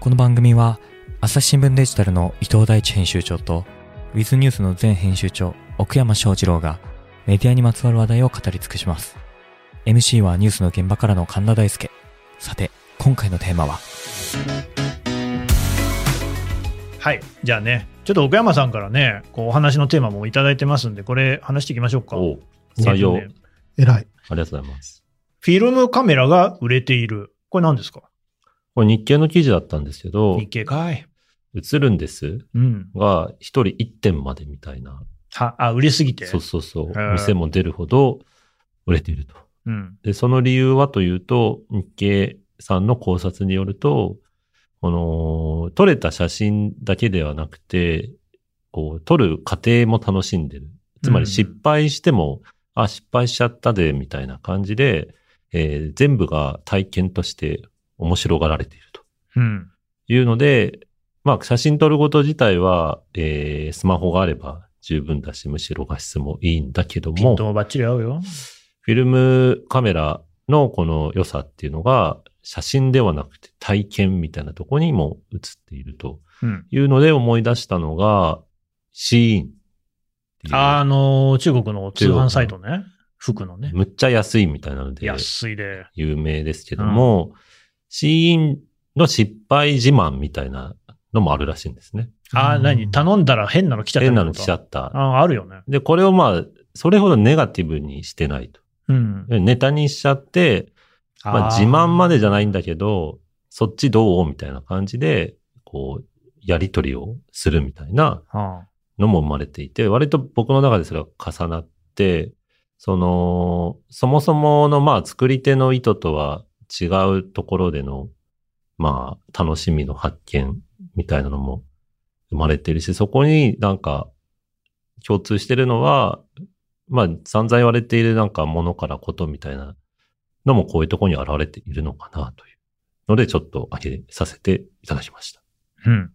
この番組は朝日新聞デジタルの伊藤大地編集長と Wiz ニュースの前編集長奥山翔二郎がメディアにまつわる話題を語り尽くします MC はニュースの現場からの神田大輔さて今回のテーマははい、じゃあね、ちょっと奥山さんからね、こうお話のテーマもいただいてますんで、これ話していきましょうか。お採用、えっとねえらい。ありがとうございます。フィルムカメラが売れている。これ何ですかこれ日経の記事だったんですけど日、経かい。映るんですうん。が、一人一点までみたいな。は、あ、売れすぎて。そうそうそへ。うえ店も出るほど売れていると。うん。で、その理由はというと、日経さんの考察によると、この、撮れた写真だけではなくて、こう、撮る過程も楽しんでる。つまり失敗しても、あ、失敗しちゃったで、みたいな感じで、えー全部が体験として面白がられていると。うん。いうので、まあ、写真撮ること自体は、えースマホがあれば十分だし、むしろ画質もいいんだけどピンも、トもバッチリ合うよ。フィルムカメラのこの良さっていうのが、写真ではなくて体験みたいなとこにも映っているとうん。いうので思い出したのが、シーンっていう。あの、中国の通販サイトね。服のね。むっちゃ安いみたいなので、安いで。有名ですけども、シーンの失敗自慢みたいなのもあるらしいんですね。あ、うん何頼んだら変なの来ちゃった変なの来ちゃっったた。。あ、あるよね。で、これをまあ、それほどネガティブにしてないと。うん。ネタにしちゃって、まあー自慢までじゃないんだけど、そっちどうみたいな感じで、こう、やりとりをするみたいなあのも生まれていて、割と僕の中でそれは重なって、その、そもそものまあ作り手の意図とは違うところでの、まあ楽しみの発見みたいなのも生まれてるし、そこになんか共通してるのは、まあ散々言われているなんかものからことみたいなのもこういうところに現れているのかなというので、ちょっと挙げさせていただきました。うん。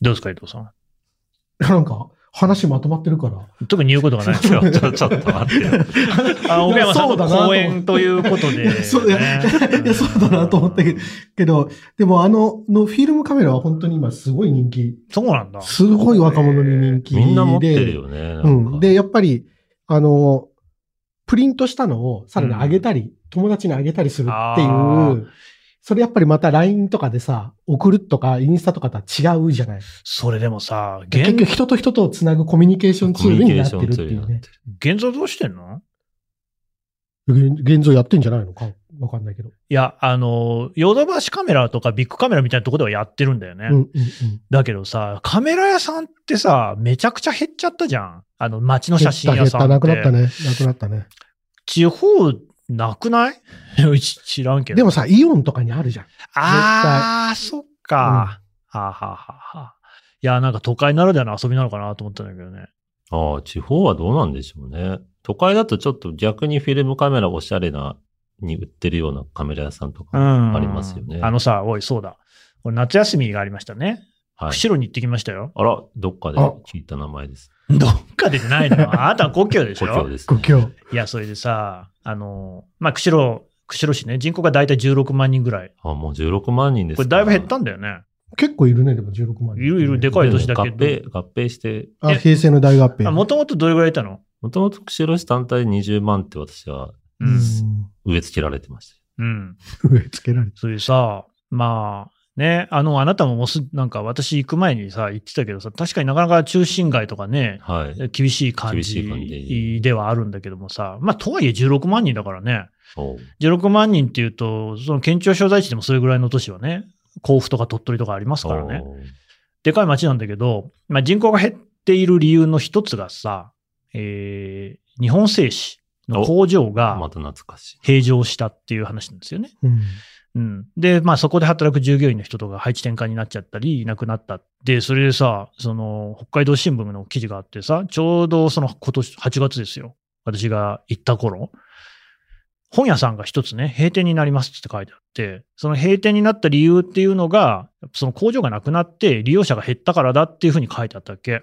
どうですか、伊藤さん。なんか、話まとまってるから。特に言うことがないですち よ。ょちょちょっと待 ってよ。あ奥山さんそのうだなと講思って演ということいで、やそういやいや そうだなと思ったけどけど、でもあの、のフィルムカメラは本当に今すごい人気。そうなんだ。すごい若者に人気で。みんな持ってるよね。なうんかん。で、やっぱり、あの、プリントしたのをさらに上げたり、友達に上げたりするっていあーう、それやっぱりまた LINE とかでさ、送るとかインスタとかとは違うじゃない。それでもさ、結現局人と人とをつなぐコミュニケーションツコーミュルニにケーなションってるってツールいになうってねる。。現像どうしてんの現現像やってんじゃないのかわかんないけど。いや、あの、ヨドバシカメラとかビッグカメラみたいなとこではやってるんだよね。うんうんうん。だけどさ、カメラ屋さんってさ、めちゃくちゃ減っちゃったじゃん。あの、街の写真減屋っさたん減った、って。なくなったね。なくなったね。地方、なくない 知知らんけど。でも、さ、イオンとかにあるじゃん。あー、そっか。はあ、はあはあはあ、いや、なんか都会ならではの遊びなのかなと思ったんだけどね。ああ、地方はどうなんでしょうね。都会だとちょっと逆にフィルムカメラおしゃれな、に売ってるようなカメラ屋さんとか。あありますよねあのさ、おい、そうだ。これ夏休みがありましたね。はい。釧路に行ってきましたよ。あら、どっかであ聞いた名前です。どっかでないのよ。 あなたは故郷でし故ょ郷です、故ね。郷。いや、それでさ、あの、まあ、釧路、釧路市ね、人口がだいたい16万人ぐらい。あ、もう16万人ですこかれだいぶ減ったんだよね。結構いるね、でも16万人。いるいるでかい年だけどでね合併、合併して、あ、平成の大合併。もともとどれぐらいいたのもともと釧路市単体で20万って私はう。うんん。植え付けられてましうん。植え付けられて。それでさ、まあ、ね、あの、あなたももうす、なんか私行く前にさ、言ってたけどさ、確かになかなか中心街とかね、た。はい。厳しい感厳しい感じじではあるんだけどもさ、まあ、とはいえ16万人だからね、そう。 16万人っていうと、その県庁所在地でもそれぐらいの都市はね、甲府とか鳥取とかありますからね。そうでかい町なんだけど、まあ、人口が減っている理由の一つがさ、えー日本製紙の工場まがた懐かしい。閉場したっていう話なんですよね。うん。うん。で、まあそこで働く従業員の人とか配置転換になっちゃったり、いなくなった。で、それでさ、その、北海道新聞の記事があってさ、ちょうどその今年8月ですよ。私が行った頃。本屋さんが一つね、閉店になりますって書いてあって、その閉店になった理由っていうのが、その工場がなくなって利用者が減ったからだっていうふうに書いてあったっけ。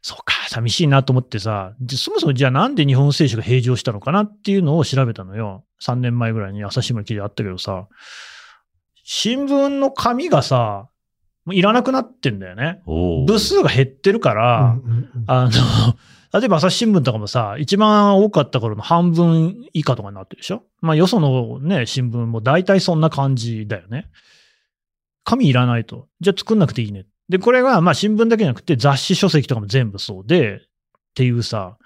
そうか、寂しいなと思ってさ、でそもそもじゃあなんで日本製紙が平常したのかなっていうのを調べたのよ。3年前ぐらいに朝日新聞の記事あったけどさ、新聞の紙がさ、もういらなくなってんだよね。おー部数が減ってるから、うんうんうんあの、 例えば朝日新聞とかもさ、一番多かった頃の半分以下とかになってるでしょまあよそのね、新聞も大体そんな感じだよね。紙いらないと。じゃあ作んなくていいね。で、これがまあ新聞だけじゃなくて雑誌書籍とかも全部そうで、っていうさ、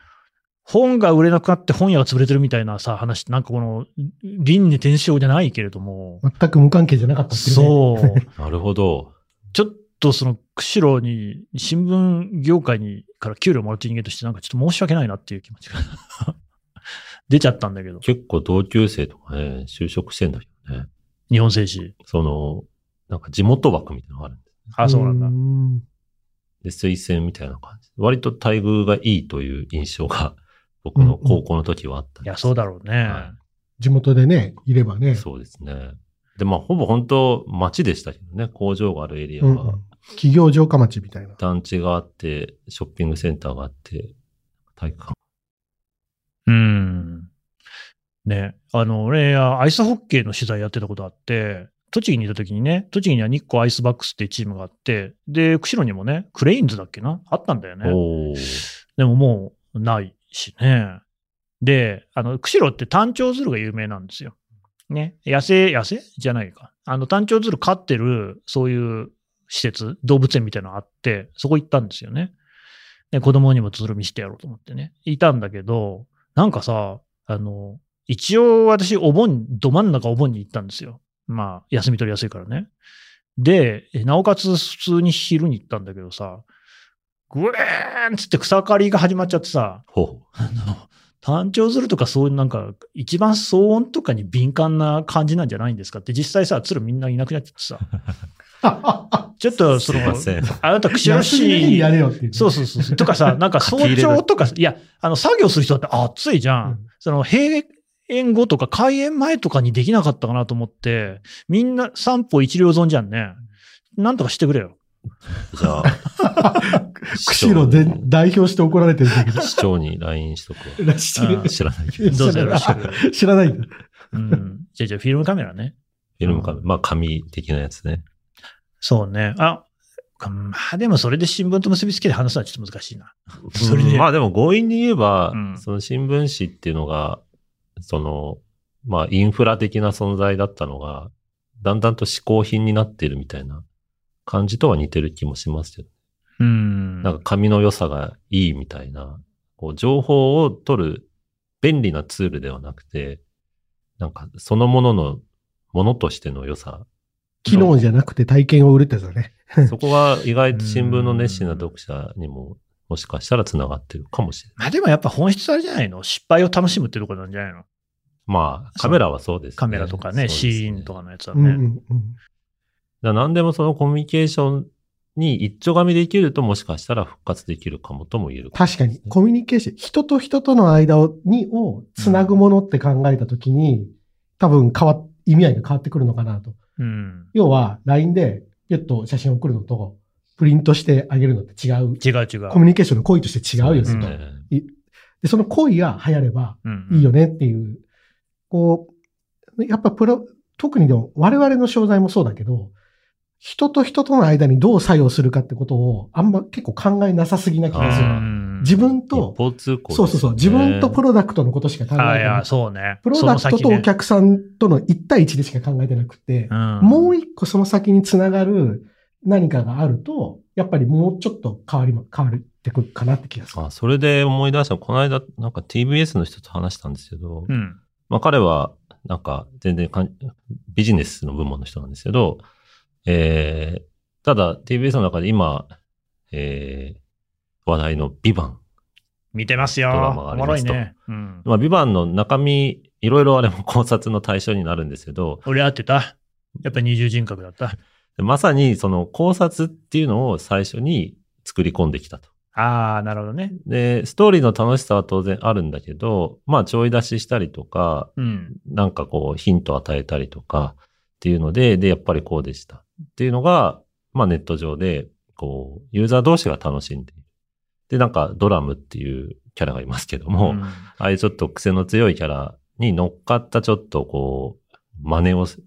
本が売れなくなって本屋が潰れてるみたいなさ、話、なんかこの、輪廻転生じゃないけれども、全く無関係じゃなかったっていうね。そう。なるほど。ちょっとその、釧路に、新聞業界にから給料もらってる人間として、なんかちょっと申し訳ないなっていう気持ちが 出ちゃったんだけど、結構同級生とかね、就職してんだけどね。日本政治。その、なんか地元枠みたいなのがあるんであ、そうなんだ。んす。で、推薦みたいな感じ。割と待遇がいいという印象が、 僕の高校の時はあったいんです、や、そうだろうね。は地元でね、いればね。そうですね。で、まあ、ほぼ本当町でしたけどね。工場があるエリアうんが、うん企業城下町みたいな。団地があって、ショッピングセンターがあって、体育館。うん。ね。あの、俺、アイスホッケーの取材やってたことあって、栃木にいた時にね、栃木には日光アイスバックスっていうチームがあって、で、釧路にもね、クレインズだっけなあったんだよね。おお。でももうないしね。で、あの、釧路って単調鶴が有名なんですよ。ね。野生、野生じゃないか。あの、単調鶴飼ってる、そういう施設、動物園みたいなのあって、そこ行ったんですよね。で、子供にも鶴見してやろうと思ってね。いたんだけど、なんかさ、あの、一応私、お盆、ど真ん中お盆に行ったんですよ。まあ、休み取りやすいからね。で、えなおかつ普通に昼に行ったんだけどさ、グエーンっつって草刈りが始まっちゃってさ、ほう。あの、単調鶴とかそういうなんか、一番騒音とかに敏感な感じなんじゃないんですかって、実際さ、鶴みんないなくなっちゃってさ、ちょっとそすいのま、せん。あなた釧路休みの日に市や、れよっていう。そうそうそうそう、とか さ、なんか早書き入れ朝るとか、いや、あの、作業する人だって暑いじゃん。うんその、閉園後とか開園前とかにできなかったかなと思って、みんな三歩一両損じゃんね。なんとかしてく れよ。 じゃあ、釧路で代表して怒られてる んだけど。市長に LINE しとくらしいうんわ。知らないけど。どうぞよろしく。知らないんだ。うん。じゃあじゃあフィルムカメラね。フィルムカメラまあ、紙的なやつね。そうね。あ、うんまあでもそれで新聞と結びつけて話すのはちょっと難しいな。それでうんまあでも強引に言えば、うんその新聞紙っていうのが、その、まあインフラ的な存在だったのが、だんだんと嗜好品になってるみたいな感じとは似てる気もしますけど、うん。なんか紙の良さがいいみたいな、こう情報を取る便利なツールではなくて、なんかそのものの、ものとしての 良さ、機能じゃなくて体験を売るってやつだね。そこが意外と新聞の熱心な読者にも、もしかしたら繋がってるかもしれない。まあでもやっぱ本質あれじゃないの失敗を楽しむってところなんじゃないのまあ、カメラはそうです、ね。カメラとかね、シーンとか。かのやつだうんうね。んうん。だから何でもそのコミュニケーションに一丁紙できるともしかしたら復活できるかもとも言える。確かに、コミュニケーション、人と人との間を、に、をつなぐものって考えたときに、多分変わ、意味合いが変わってくるのかなと。うん。要は、LINE で、ピュッと写真を送るのと、プリントしてあげるのって違う。違う違う。コミュニケーションの行為として違うよね、そでとすうね。で、その行為が流行ればうんいいよねっていう、こう、やっぱプロ、特にでも我々の商材もそうだけど、人と人との間にどう作用するかってことを、あんま結構考えなさすぎな気がすうる。ん自分と一、方通行、そうそうそう、自分とプロ。ロダクトのことしか考えてあいなや、い。そうね。プロダクトとそのお先ね客さんとの1対1でしか考えてなくて、うんもう一個その先につながる何かがあると、やっぱりもうちょっと変わりま、変わってくるかなって気がする。あそれで思い出したのこの間、なんか TBS の人と話したんですけど、うん。まあ彼は、なんか全然かんビジネスの部門の人なんですけど、えー、ただ TBS の中で今、えー、話題のビバン見てますドラよ。マがあおりもろまいすとね。うん。まあ、ビバンの中身、いろいろあれも考察の対象になるんですけど、俺合ってた。やっぱ二重人格だった。まさにその考察っていうのを最初に作り込んできたと。ああ、なるほどね。で、ストーリーの楽しさは当然あるんだけど、まあ、ちょい出ししたりとか、うん。なんかこう、ヒント与えたりとかっていうので、で、やっぱりこうでしたっていうのが、まあ、ネット上で、こう、ユーザー同士が楽しんでいる。で、なんか、ドラムっていうキャラがいますけども、うんああいうちょっと癖の強いキャラに乗っかったちょっとこう、真似をす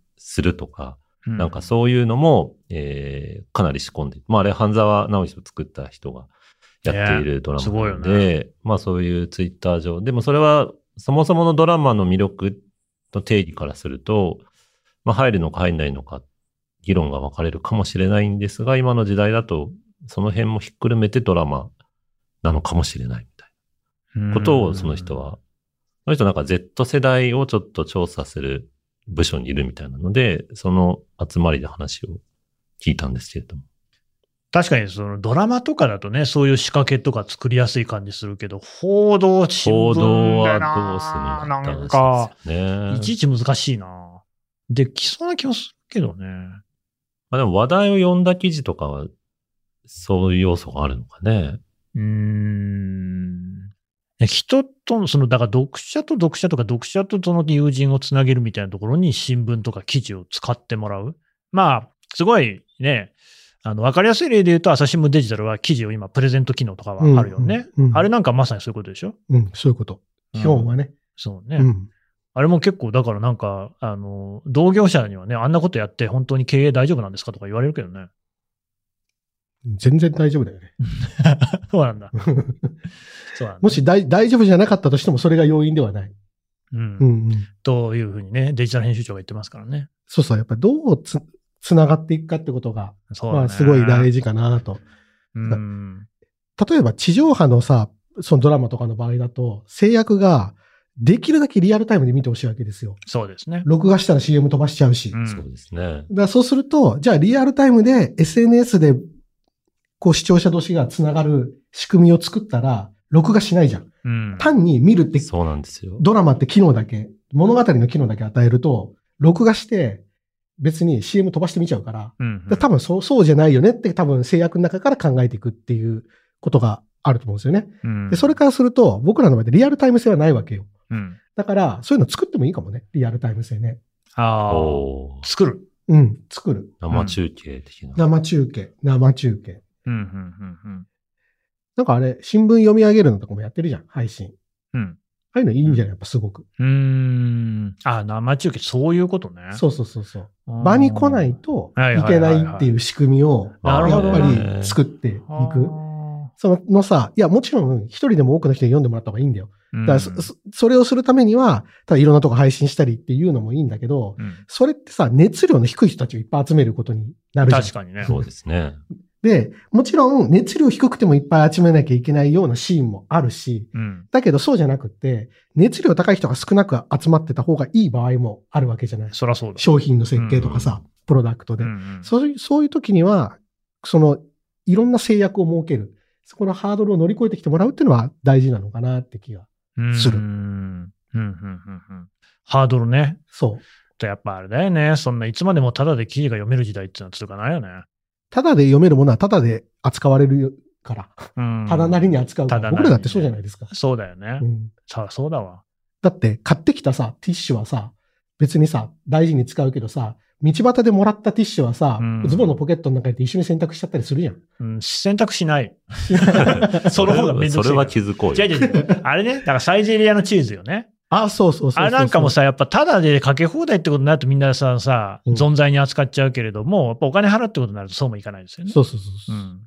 るとか、うんなんかそういうのも、えーかなり仕込んで、まああれ、半沢直樹を作った人がやっているドラマなのねすごいで、まあそういうツイッター上、でもそれはそもそものドラマの魅力の定義からすると、まあ入るのか入んないのか、議論が分かれるかもしれないんですが、今の時代だとその辺もひっくるめてドラマなのかもしれないみたいな。ことをその人。は、その人なんか Z 世代をちょっと調査する部署にいるみたいなので、その集まりで話を聞いたんですけれども。確かにそのドラマとかだとね、そういう仕掛けとか作りやすい感じするけど、報道、新報聞道はだどうするなのなってん話か、ですよね。いちいち難しいな。できそうな気もするけどね。まあでも話題を読んだ記事とかは、そういう要素があるのかね。うーん。人との、その、だから読者と読者とか読者とその友人をつなげるみたいなところに新聞とか記事を使ってもらう。まあ、すごいね、あの、わかりやすい例で言うと、朝日新聞デジタルは記事を今、プレゼント機能とかはあるよね。うんうんあれなんかまさにそういうことでしょうん、そういうこと。基本はね。そううね。ん。あれも結構、だからなんか、あの、同業者にはね、あんなことやって本当に経営大丈夫なんですかとか言われるけどね。 全然大丈夫だよね。そうなん だ。そうなんだ。もし大大丈夫じゃなかったとしても、それが要因ではない。うん、うん、うん。というふうにね、デジタル編集長が言ってますからね。そうそう、やっぱどうつ、つながっていくかってことが、そうだねまあ、すごい大事かなと。うん。例えば、地上波のさ、そのドラマとかの場合だと、制約が、できるだけリアルタイムで見てほしいわけですよ。そうですね。録画したら CM 飛ばしちゃうし。うんそうですね。だからそうすると、じゃあリアルタイムで SNS で、こう視聴者同士がつながる仕組みを作ったら、録画しないじゃん。うん。単に見るって、そうなんですよ。ドラマって機能だけ、物語の機能だけ与えると、録画して、別に CM 飛ばしてみちゃうから、うんだから多分そうそうじゃないよねって多分制約の中から考えていくっていうことがあると思うんですよね。うんで、それからすると僕らの場合でリアルタイム性はないわけよ。うん。だからそういうの作ってもいいかもね。リアルタイム性ね。ああ。おー作る。うん、作る。生中継的な。生中継、生中継。うん、うん、うん、なんかあれ、新聞読み上げるのとかもやってるじゃん、配信。うん。ああいうのいいんじゃないやっぱすごく。うん。うーん。あ、生中継、そういうことね。そうそうそうそう。うん場に来ない。とはいいはいけはないはいいっていう仕組みを、なるやほっどぱねり作っていく。あそののさ、いや、もちろん一人でも多くの人に読んでもらった方がいいんだよ。ーだからそそそれをするためには、ただいろんなとこ配信したりっていうのもいいんだけど、うんそれってさ、熱量の低い人たちをいっぱい集めることになるじゃん。確かにね。そうですね。で、もちろん熱量低くてもいっぱい集めなきゃいけないようなシーンもあるし、うん。だけどそうじゃなくって、熱量高い人が少なく集まってた方がいい場合もあるわけじゃない。そらそうだ。商品の設計とかさ、プロダクトでう。んうんそういう、そういう時には、その、いろんな制約を設ける。そこのハードルを乗り越えてきてもらうっていうのは大事なのかなって気が。するうん。うん、うん、うんうん。ハードルね。そう。とやっぱあれだよね。そんないつまでもタダで記事が読める時代っていうのは続かないよね。ただで読めるものはただで扱われるから、うん。ただなりに扱うかただなら、りに僕らだってそうじゃないですか。そうだよねう。ん、さあ、そうだわ。だって、買ってきたさ、ティッシュはさ、別にさ、大事に使うけどさ、道端でもらったティッシュはさ、うんズボンのポケットの中に入れて一緒に洗濯しちゃったりするじゃん。うん、選択し ない。その方がめんどそくさいれから。は気づこう違よう。違う違うあれね、だからサイゼリアのチーズよね。あ、そうそうそうそうそうあれなんかも、さ、やっぱタダでかけ放題ってことになるとみんなさ、さ、うん存在に扱っちゃうけれども、やっぱお金払うってことになるとそうもいかないですよね。そうそうそうそうう、ん。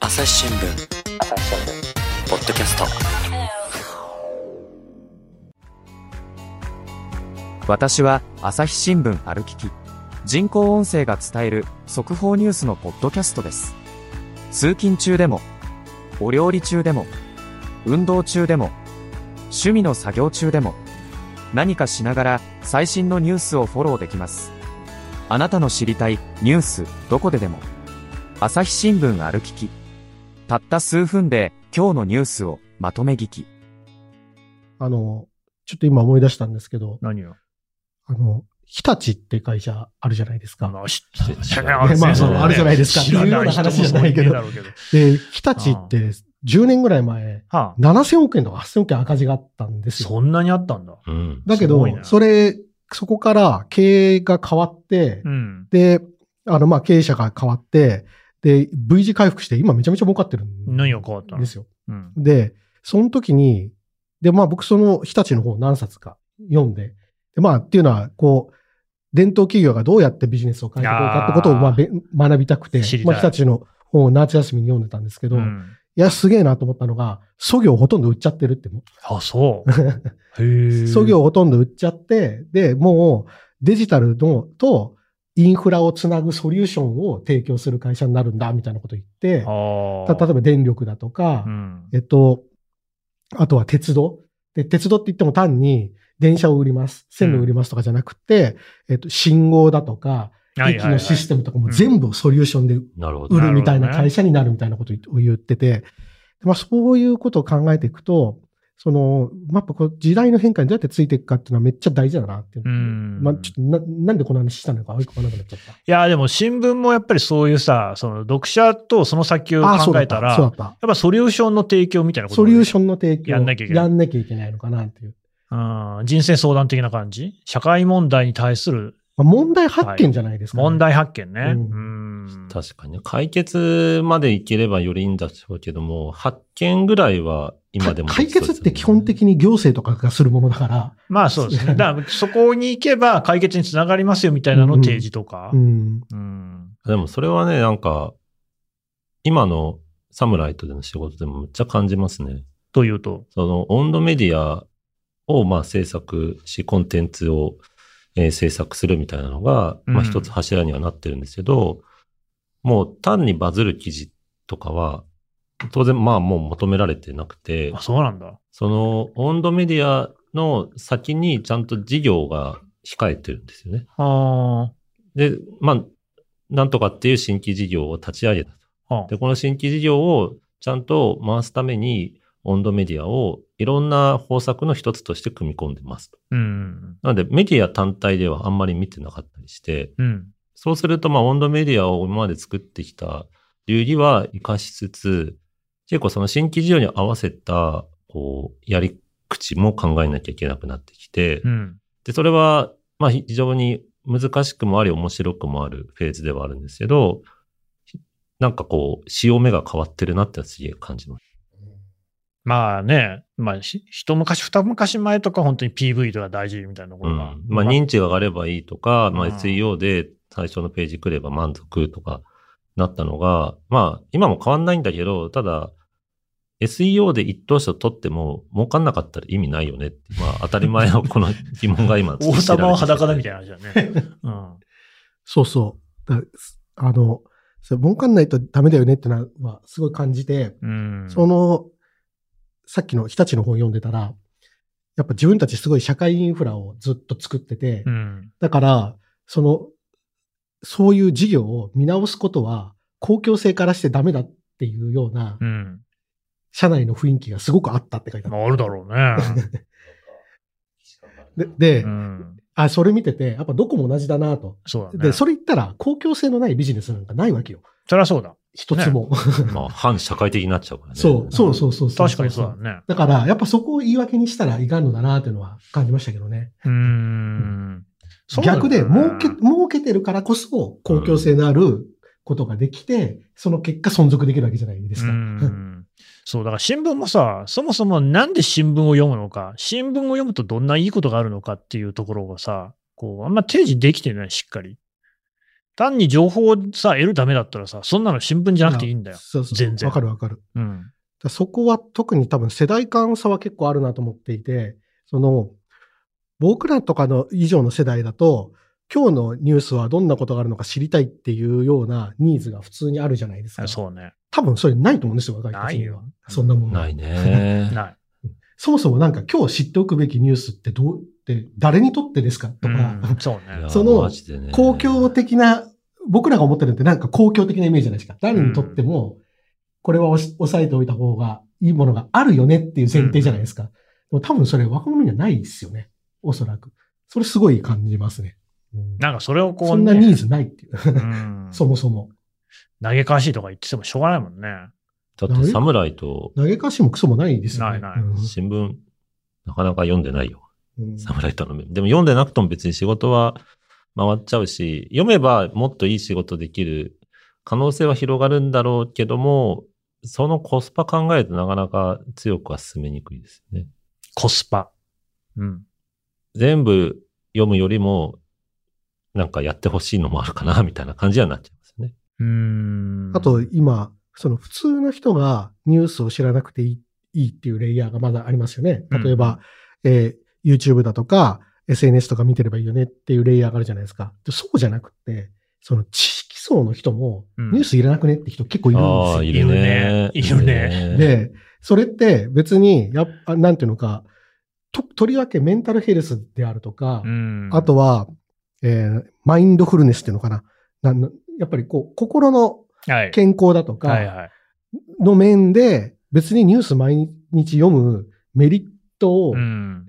朝日新聞ポッドキャスト私は朝日新聞歩きき人工音声が伝える速報ニュースのポッドキャストです通勤中でもお料理中でも運動中でも趣味の作業中でも何かしながら最新のニュースをフォローできますあなたの知りたいニュースどこででも朝日新聞歩ききたった数分で今日のニュースをまとめ聞きあの、ちょっと今思い出したんですけど、何よ。あの、日立って会社あるじゃないですあか。の、知違う違う知らないですねまあそれそうあるじゃないですか知らない人もっていうような話じゃないけそうどうだろうけど。で、日立って10年ぐらい前、はあ、 7000億円とか8000億円赤字があったんですよ。そんなにあったんだ。うん。だけすどごい、なそれ、そこから経営が変わって、うん。で、あの、まあ、経営者が変わって、で、V 字回復して、今めちゃめちゃ儲かってるん何が変わったのですよ。うん。で、その時に、で、まあ、僕その日立の方を何冊か読んで、で、まあ、っていうのは、こう、伝統企業がどうやってビジネスを変えていくのかってことをまあべ学びたくて知り、たいまあ、日立の本を夏休みに読んでたんですけど、いんや、すげえなと思ったのが、そ業ほとんど売っちゃってるっても。あ、 そう。へえ。そ業ほとんど売っちゃって、で、もうデジタルのとインフラをつなぐソリューションを提供する会社になるんだ、みたいなこと言って、ああ。た 例えば電力だとか、うん。えっと、あとは鉄道。で、鉄道って言っても単に電車を売ります、線路を売りますとかじゃなくて、えっと、信号だとか、はい駅はいはのいシステムとかも全部をソリューションでなるほど売。るみたいなるほどねな会社になるみたいなことを言ってて、まあ、そういうことを考えていくと、その、まあやっぱこう時代の変化にどうやってついていくかっていうのはめっちゃ大事だなっていう。うんまあ、ちょっとな、なんでこの話したのか、よくわからなくなっちゃった。いや、でも新聞もやっぱりそういうさ、その読者とその先をああ、そ考うだえったら、た。そうやっだった。ぱソリューションの提供みたいなことソリューョションの提供やんなきゃいけないやんなきゃいけないのかなっていう。ン。うん。人生相談的な感じ社会問題に対するまあ、問題発見じゃないですか、問題発見ね。う。うん確かに。解決までいければよりいいんでしょうけども、発見ぐらいは今でもできそう解ですよね、決って基本的に行政とかがするものだから、まあそうですね。だからそこに行けば解決につながりますよみたいなのを提示とかう。ん、うん。でもそれはね、なんか、今のサムライトでの仕事でもむっちゃ感じますね。というと。その、温度メディアをまあ制作し、コンテンツを、えー制作するみたいなのが、まうあん一つ柱にはなってるんですけど、もう単にバズる記事とかは、当然まあもう求められてなくてあ、、そうなんだ。その温度メディアの先にちゃんと事業が控えてるんですよね。あで、まあ、なんとかっていう新規事業を立ち上げた。あ。はで、この新規事業をちゃんと回すために、温度メディアをいろんな方策の一つとして組み込んでます。うん。なので、メディア単体ではあんまり見てなかったりして、うん。そうすると、まあ、温度メディアを今まで作ってきた流儀は活かしつつ、結構その新規事業に合わせた、こう、やり口も考えなきゃいけなくなってきて、うん。で、それは、まあ、非常に難しくもあり、面白くもあるフェーズではあるんですけど、なんかこう、潮目が変わってるなってすげえ感じます。まあね、まあ、ひ一昔、二昔前とか、本当に PV とか大事みたいなとこうろが。ん。まあ、認知が上がればいいとか、まあ、うん、SEO で最初のページ来れば満足とかなったのが、まあ、今も変わんないんだけど、ただ、SEO で一等賞取っても儲かんなかったら意味ないよねって、まあ、当たり前のこの疑問が今王 様は裸だみいたいな話だね。うん。そうそう。だあの、それ、文かんないとダメだよねってのは、すごい感じて、うん。その、さっきの日立の本読んでたら、やっぱ自分たちすごい社会インフラをずっと作ってて、うん。だから、その、そういう事業を見直すことは、公共性からしてダメだっていうようなう、ん。社内の雰囲気がすごくあったって書いてあったまあ、あるだろうね。でで、うん。あ、それ見てて、やっぱどこも同じだなと。そうだね。で、それ言ったら、公共性のないビジネスなんかないわけよ。そりゃそうだ。一つも。まあ、反社会的になっちゃうからね。 そう、そうそうそうそう。確かにそうだね。だから、やっぱそこを言い訳にしたらいかんのだなっていうのは感じましたけどね。うん。そうだよ逆ねで、儲け、儲けてるからこそ、公共性のあることができて、その結果存続できるわけじゃないですうか。ん。そう、だから新聞もさ、そもそもなんで新聞を読むのか、新聞を読むとどんないいことがあるのかっていうところがさ、こう、あんま提示できてない、しっかり。単に情報をさ、得るためだったらさ、そんなの新聞じゃなくていいんだよ。そうそう。全然わかるわかる。うん。だからそこは特に多分世代間差は結構あるなと思っていて、その、僕らとかの以上の世代だと、今日のニュースはどんなことがあるのか知りたいっていうようなニーズが普通にあるじゃないですか。そうね。多分それないと思うんですよ、若い人たちにはないよそんなもん。ないね。ない。そもそもなんか今日知っておくべきニュースってどうって、誰にとってですかとか、うんそういねや。そのマジでね公共的な、僕らが思ってるのってなんか公共的なイメージじゃないですか。誰にとっても、これは押し押さえておいた方がいいものがあるよねっていう前提じゃないですか。でも多分それ若者にはないですよね。おそらく。それすごい感じますね。うんなんかそれをこう、ね、そんなニーズないっていう。うん そもそも。投げ返しとか言っててもしょうがないもんね。だって、サムライと投げ返しもクソもないですよね。ないないうん新聞、なかなか読んでないよ。うんサムライトの面。でも読んでなくとも別に仕事は回っちゃうし、読めばもっといい仕事できる可能性は広がるんだろうけども、そのコスパ考えるとなかなか強くは進めにくいですね。コスパ。うん。全部読むよりも、なんかやってほしいのもあるかな、みたいな感じにはなっちゃいますよね。うーん。あと、今、その普通の人がニュースを知らなくていいいいっていうレイヤーがまだありますよね。例えば、えー YouTube だとか SNS とか見てればいいよねっていうレイヤーがあるじゃないですか。でそうじゃなくって、その知識層の人もうんニュースいらなくねって人結構いるんですよ。ああ、いるるんですね。よいるねいるね。で、それって別にやっぱ、なんていうのか、と、とりわけメンタルヘルスであるとか、うん、あとは、えーマインドフルネスっていうのかな。なんのやっぱりこう、心のはい、健康だとはいかはい。の面で、別にニュース毎日読むメリットをうん。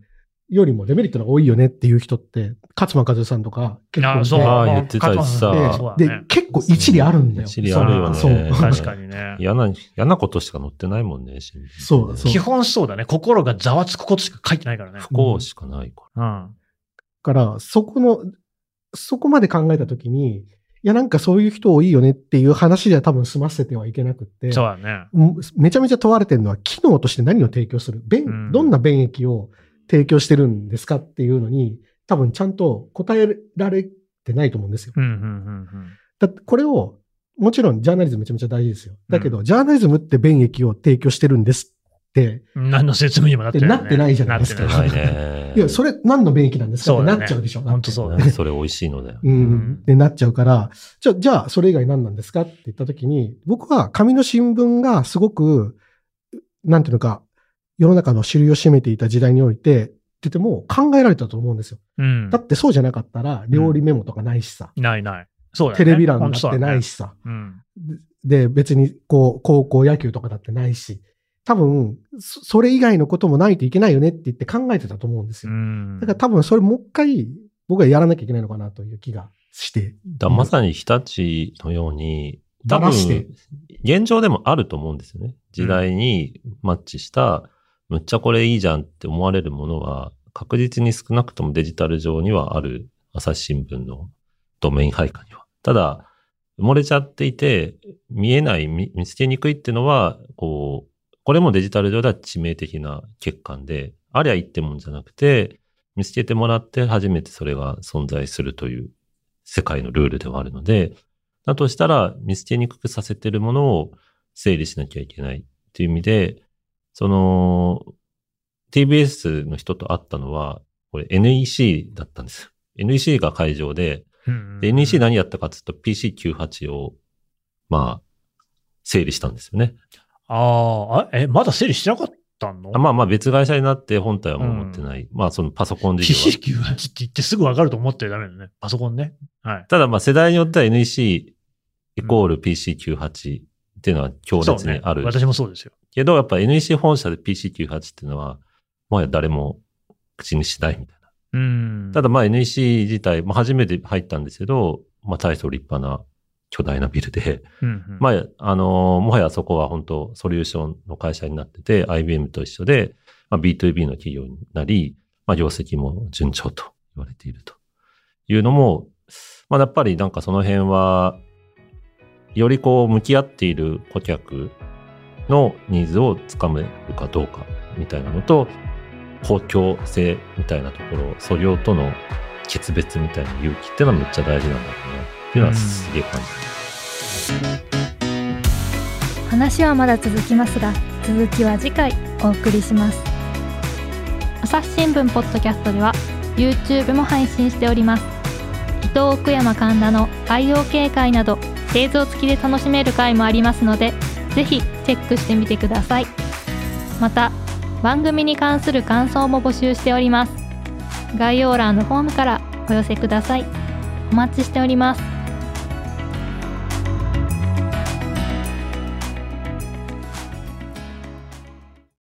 よりもデメリットの方が多いよねっていう人って、勝間和代さんとか結構いあてそう。ああ言ってたしさ勝間そさんそでうでだね結構一理あるんだよ。一理あるよねそう。そう確かにね。嫌な、嫌なことしか載ってないもんね、新聞ねそうそう基本そうだね。心がざわつくことしか書いてないからね。不幸しかないかうん。から、そこの、そこまで考えたときに、いや、なんかそういう人多いよねっていう話では多分済ませてはいけなくって、そうだね。うんめちゃめちゃ問われてるのは、機能として何を提供する、便うんどんな便益を提供してるんですかっていうのに、多分ちゃんと答えられてないと思うんですよ。うん、うん、うんだってこれを、もちろんジャーナリズムめちゃめちゃ大事ですよ。だけど、ジャーナリズムって便益を提供してるんですって、うん。何の説明にもなってない、ね。なってないじゃないですか。って ら。ないねいや、それ何の便益なんですかそっうてだねなっちゃうでしょ。本当そうだだねね。 ねそれ美味しいのだよ。ううんん、でなっちゃうから、じゃあ、じゃあ、それ以外何なんですかって言ったときに、僕は紙の新聞がすごく、なんていうのか、世の中の主流を占めていた時代において、って言っても考えられたと思うんですよ。うんだ。ってそうじゃなかったら、料理メモとかないしさ、ないない。そうだね。テレビ欄本当だそっうだてねないし。さ、うん。で、別に、こう、高校野球とかだってないし、多分、そそれ以外のこともないといけないよねって言って考えてたと思うんですうよ。ん。だから多分それもう一回、僕はやらなきゃいけないのかなという気がして。だまさに日立のように、多だ分まして、現状でもあると思うんですよね。時代にマッチした、むっちゃこれいいじゃんって思われるものは、確実に少なくともデジタル上にはある、朝日新聞のドメイン配下には。ただ、埋もれちゃっていて、見えない、見見つけにくいっていうのは、こう、これもデジタル上では致命的な欠陥で、ありゃいいってもんじゃなくて、見つけてもらって初めてそれが存在するという世界のルールではあるので、だとしたら見つけにくくさせてるものを整理しなきゃいけないっていう意味で、その、TBS の人と会ったのは、これ NEC だったんですよ。NEC が会場で、うんで NEC 何やったかっていうと PC98 を、まあ、整理したんですよね。ああ、え、まだ整理してなかったのあまあまあ別会社になって本体はもう持ってない。まあそのパソコン事業は PC98 って言ってすぐわかると思ってダメだね。パソコンね。はい。ただまあ世代によっては NEC イコール PC98 っていうのは強そう烈にある。ね、私もそうですよ。けど、やっぱ NEC 本社で PC98 っていうのは、もはや誰も口にしないみたいな。うん。ただまあ NEC 自体、まあ初めて入ったんですけど、まあ大層立派な巨大なビルで、うんうん、まあ、あのーもはやそこは本当ソリューションの会社になってて、IBM と一緒で、まあ、B2B の企業になり、まあ、業績も順調と言われているというのも、まあ、やっぱりなんかその辺は、よりこう、向き合っている顧客のニーズをつかめるかどうかみたいなのと、公共性みたいなところ、素養との決別みたいな勇気っていうのはめっちゃ大事なんだろうなっていうのはすげえ感じる。話はまだ続きますが続きは次回お送りします朝日新聞ポッドキャストでは YouTube も配信しております伊藤奥山神田の IOK 会など映像付きで楽しめる回もありますのでぜひチェックしてみてくださいまた番組に関する感想も募集しております概要欄のフォームからお寄せくださいお待ちしております